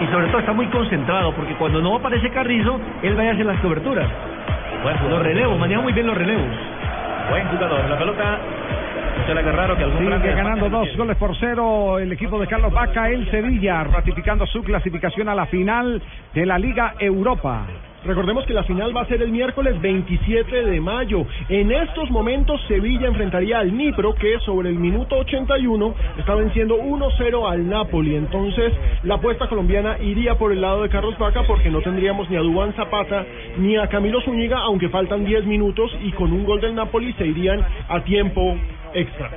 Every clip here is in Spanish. Y sobre todo está muy concentrado porque cuando no aparece Carrizo, él va a hacer las coberturas. los relevos, maneja muy bien los relevos. Buen jugador, la pelota se la agarraron que algún Sigue ganando dos goles por cero el equipo de Carlos Vaca, el Sevilla, ratificando su clasificación a la final de la Liga Europa. Recordemos que la final va a ser el miércoles 27 de mayo. En estos momentos Sevilla enfrentaría al Nipro que sobre el minuto 81 está venciendo 1-0 al Napoli. Entonces la apuesta colombiana iría por el lado de Carlos Vaca porque no tendríamos ni a Dubán Zapata ni a Camilo Zúñiga aunque faltan 10 minutos y con un gol del Napoli se irían a tiempo extra.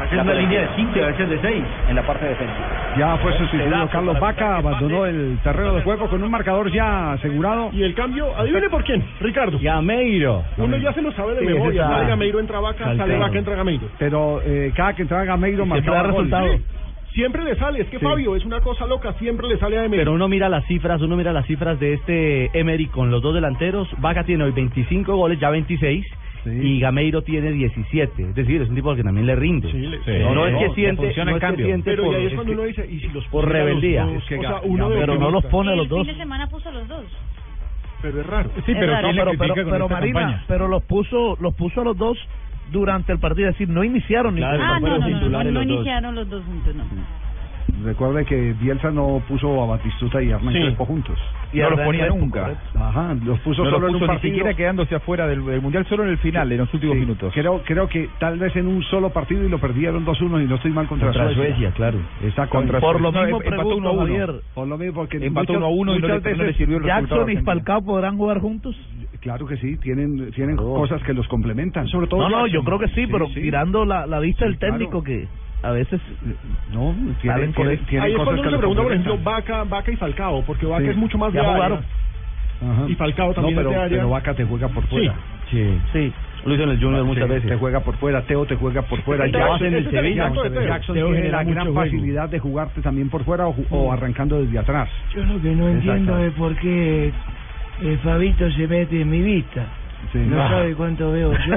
Hacer una línea de 5 y a veces de 6 en la parte defensiva. Ya fue sustituido Carlos Vaca, abandonó el terreno de juego con un marcador ya asegurado. Y el cambio, adivine por quién, Ricardo. Gameiro. Uno ya se lo sabe de Sí, memoria. ese está Sale Gameiro, entra Vaca, sale saltado. Vaca, entra Gameiro. Pero eh, cada que entraba Gameiro Siempre marcaba gol. Sí, Siempre le sale, es que Fabio es una cosa loca, siempre le sale a Emery. Pero uno mira las cifras, uno mira las cifras de este Emery con los dos delanteros. Vaca tiene hoy 25 goles, ya 26. Sí. Y Gameiro tiene 17. Es decir, es un tipo que también le rinde. Sí, le- No, no sí, es que no, siente. le no funciona el es que cambio. siente Pero por- ya es es cuando que- uno dice, y si los por pusiera los rebeldía. dos, Es que o sea, Ga- uno de Gamero no los optimista. pone a el los dos. fin de semana puso los dos. Pero es raro. Sí, pero raro, ¿quién le pero- critica pero- con pero esta Marina, campaña? pero los puso, los puso a los dos durante el partido, es decir, no iniciaron ni Claro, Ah, no no, fueron no, no, no, titulares no los dos. iniciaron los dos juntos, no. Recuerde que Bielsa no puso a Batistuta y Hernán Sí. Crespo juntos. No los ponía nunca. Ajá, los puso No los solo en puso un ni partido. siquiera quedándose afuera del, del Mundial, solo en el final, en los últimos Sí, minutos. Creo, creo que tal vez en un solo partido y lo perdieron 2-1 y no estoy mal contra, claro. Exacto. Contra Por lo Suecia. mismo empató pregunto, 1 a 1. Javier. Por lo mismo, porque Empató muchas- 1 a 1 y no le, muchas no le veces- sirvió el resultado. Jackson a y Argentina. Falcao podrán jugar juntos. Claro que sí, tienen, tienen cosas que los complementan. Sobre todo No, no, Jackson. yo creo que sí, pero sí. mirando la, la vista Sí, del claro. técnico que a veces No, tienen, Salen con tienen, eso. tienen Ahí es cosas cuando uno que se los pregunta, por ejemplo, complementan. Vaca, Vaca y Falcao, porque Vaca Sí. es mucho más de Ya área. jugaron. Ajá. y Falcao también no, es de pero, área. pero Vaca te juega por fuera. sí, lo hizo en el Junior muchas Sí, veces. Te juega por fuera, Teo te juega por fuera. Este- Jackson- hacen en el este es Sevilla, encanto de Teo. Jackson, Teo tiene genera la mucho gran juego. facilidad de jugarte también por fuera o, ju- o arrancando desde atrás. Yo lo que no entiendo es por qué eh, Fabito se mete en mi vista. Sí. No Ah. sabe cuánto veo yo,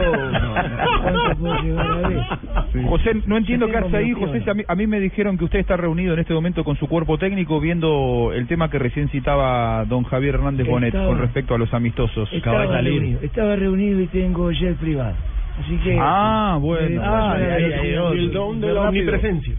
cuánto puedo llegar a ver. Sí. José, no entiendo Yo qué hace tengo ahí, mi José. opinión. si A mí, a mí me dijeron que usted está reunido en este momento con su cuerpo técnico viendo el tema que recién citaba don Javier Hernández Bonet Estaba- con respecto a los amistosos. Estaba reunido, estaba reunido y tengo jet privado. Así que... Ah, Eh, bueno. ah, Ay, ay, ahí, ay, ahí, Dios. Y el don de Qué la rápido. omnipresencia.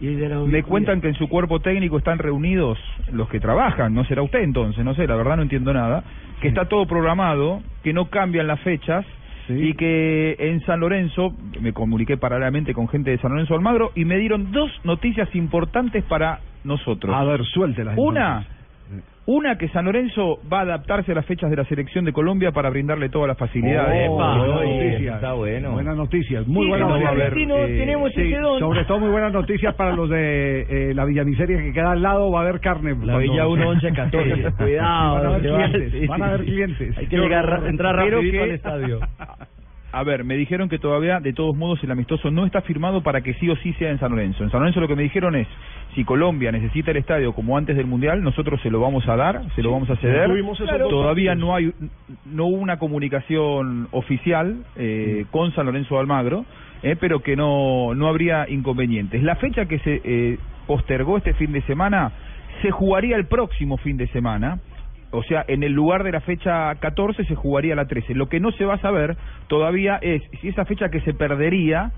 y de la Me ubicuidad. cuentan que en su cuerpo técnico están reunidos los que trabajan, no será usted entonces, no sé, la verdad no entiendo nada, que está todo programado, que no cambian las fechas Sí. y que en San Lorenzo, me comuniqué paralelamente con gente de San Lorenzo Almagro y me dieron dos noticias importantes para nosotros. A ver, suéltela. Una, entonces. una que San Lorenzo va a adaptarse a las fechas de la selección de Colombia para brindarle todas las facilidades. Oh, Epa, buenas oye, noticias. está bueno. Buenas noticias, muy Sí, buenas no va a noticias. haber, Argentino, eh, tenemos Sí, ese don. sobre todo muy buenas noticias para los de eh, la Villamiseria que queda al lado, va a haber carne. La Villa 1 11 14. Van a Cuidado, haber te vas- clientes, sí, van a haber sí. clientes. Hay que Yo- llegar, ra- entrar creo rápido que- al estadio. A ver, me dijeron que todavía, de todos modos, el amistoso no está firmado para que sí o sí sea en San Lorenzo. En San Lorenzo lo que me dijeron es, si Colombia necesita el estadio como antes del Mundial, nosotros se lo vamos a dar, se lo vamos a ceder. Tuvimos esos dos Todavía no hay, no hubo una comunicación oficial eh, con San Lorenzo de Almagro, eh, pero que no, no habría inconvenientes. La fecha que se eh, postergó este fin de semana se jugaría el próximo fin de semana. O sea, en el lugar de la fecha 14 se jugaría la 13. Lo que no se va a saber todavía es si esa fecha que se perdería,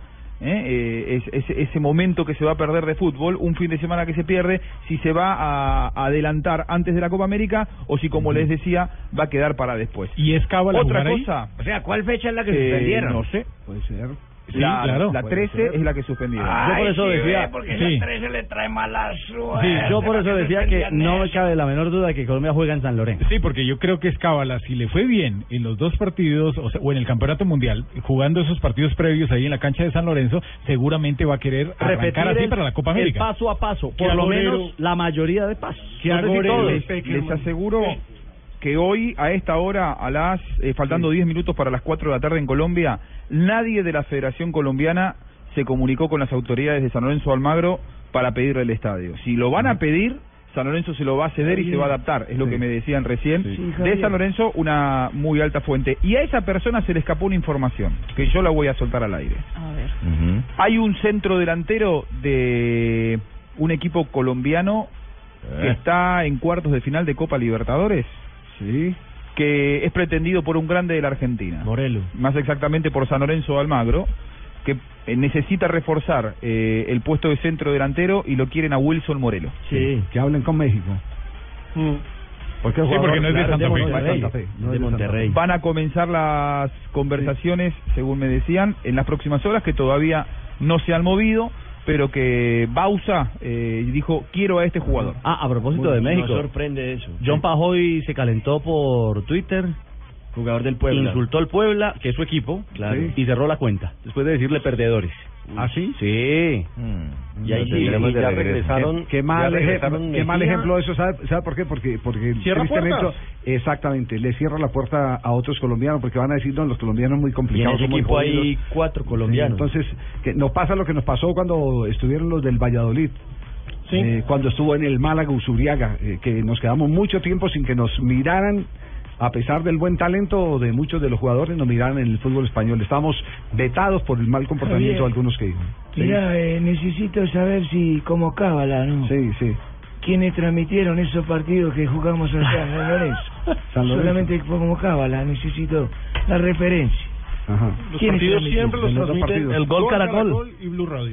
eh, eh, es- es- ese momento que se va a perder de fútbol, un fin de semana que se pierde, si se va a, a adelantar antes de la Copa América o si, como les decía, va a quedar para después. ¿Y es Otra cosa, O sea, ¿cuál fecha es la eh, no sé, Puede ser. la, claro. la 13 es la que suspendieron. Yo por eso decía, sí. eh, le trae mala Sí, yo por eso decía que no me cabe la menor duda que Colombia juega en San Lorenzo. Sí, porque yo creo que es Cábala, si le fue bien en los dos partidos, o, sea, o en el Campeonato Mundial, jugando esos partidos previos ahí en la cancha de San Lorenzo, seguramente va a querer arrancar así el- para la Copa el América. paso a paso, Que por lo agorero- menos la mayoría de pasos. Que No sé si agorero todos. es Les, les aseguro que hoy, a esta hora, a las eh, faltando 10 minutos para las 4 de la tarde en Colombia, nadie de la Federación Colombiana se comunicó con las autoridades de San Lorenzo Almagro para pedirle el estadio. Si lo van a pedir, San Lorenzo se lo va a ceder y se va a adaptar, es lo que me decían recién. De Javier. San Lorenzo, una muy alta fuente. Y a esa persona se le escapó una información, que yo la voy a soltar al aire. A ver. Hay un centro delantero de un equipo colombiano que ¿Eh? está en cuartos de final de Copa Libertadores. Sí. Que es pretendido por un grande de la Argentina. Morelo. Más exactamente por San Lorenzo de Almagro. Que eh, necesita reforzar eh, el puesto de centro delantero y lo quieren a Wilson Morelo. Sí. Que hablen con México. Porque el Sí, jugador- porque no es de claro, Santa Fe. no es de Santa Fe, no es de Santa Fe. Van a comenzar las conversaciones, según me decían, en las próximas horas que todavía no se han movido, pero que Bausa eh, dijo, quiero a este jugador. Ah, a propósito de México. sorprende eso. John Pajoy se calentó por Twitter, Jugador del pueblo. insultó al Puebla, que es su equipo, Claro. y cerró la cuenta, después de decirle perdedores. ¿Ah, sí? Mm. Sí. Y ahí Lo tendremos y de ya regreso. regresaron. Qué mal, Ya ejemplo, regresaron qué mal Mejía. ejemplo eso, ¿sabe, sabe por qué? Porque, porque Cierra tristemente, puertas. exactamente, le cierra la puerta a otros colombianos porque van a decir, no, los colombianos muy Y en complicados. ese son muy equipo hay jodidos". cuatro colombianos. Entonces, que nos pasa lo que nos pasó cuando estuvieron los del Valladolid. Eh, cuando estuvo en el Málaga Usuriaga, eh, que nos quedamos mucho tiempo sin que nos miraran, a pesar del buen talento de muchos de los jugadores, nos miraran en el fútbol español. Estábamos vetados por el mal comportamiento de Javier. algunos que iban. Mirá, eh, necesito saber si, como cábala, ¿no? Sí, sí. ¿Quiénes transmitieron esos partidos que jugamos allá en San Lorenzo? San Lorenzo. Solamente fue como cábala, necesito la referencia. Ajá. Los ¿Quiénes partidos transmiten? siempre los En otros transmiten partidos. El gol Caracol. y Blue Radio.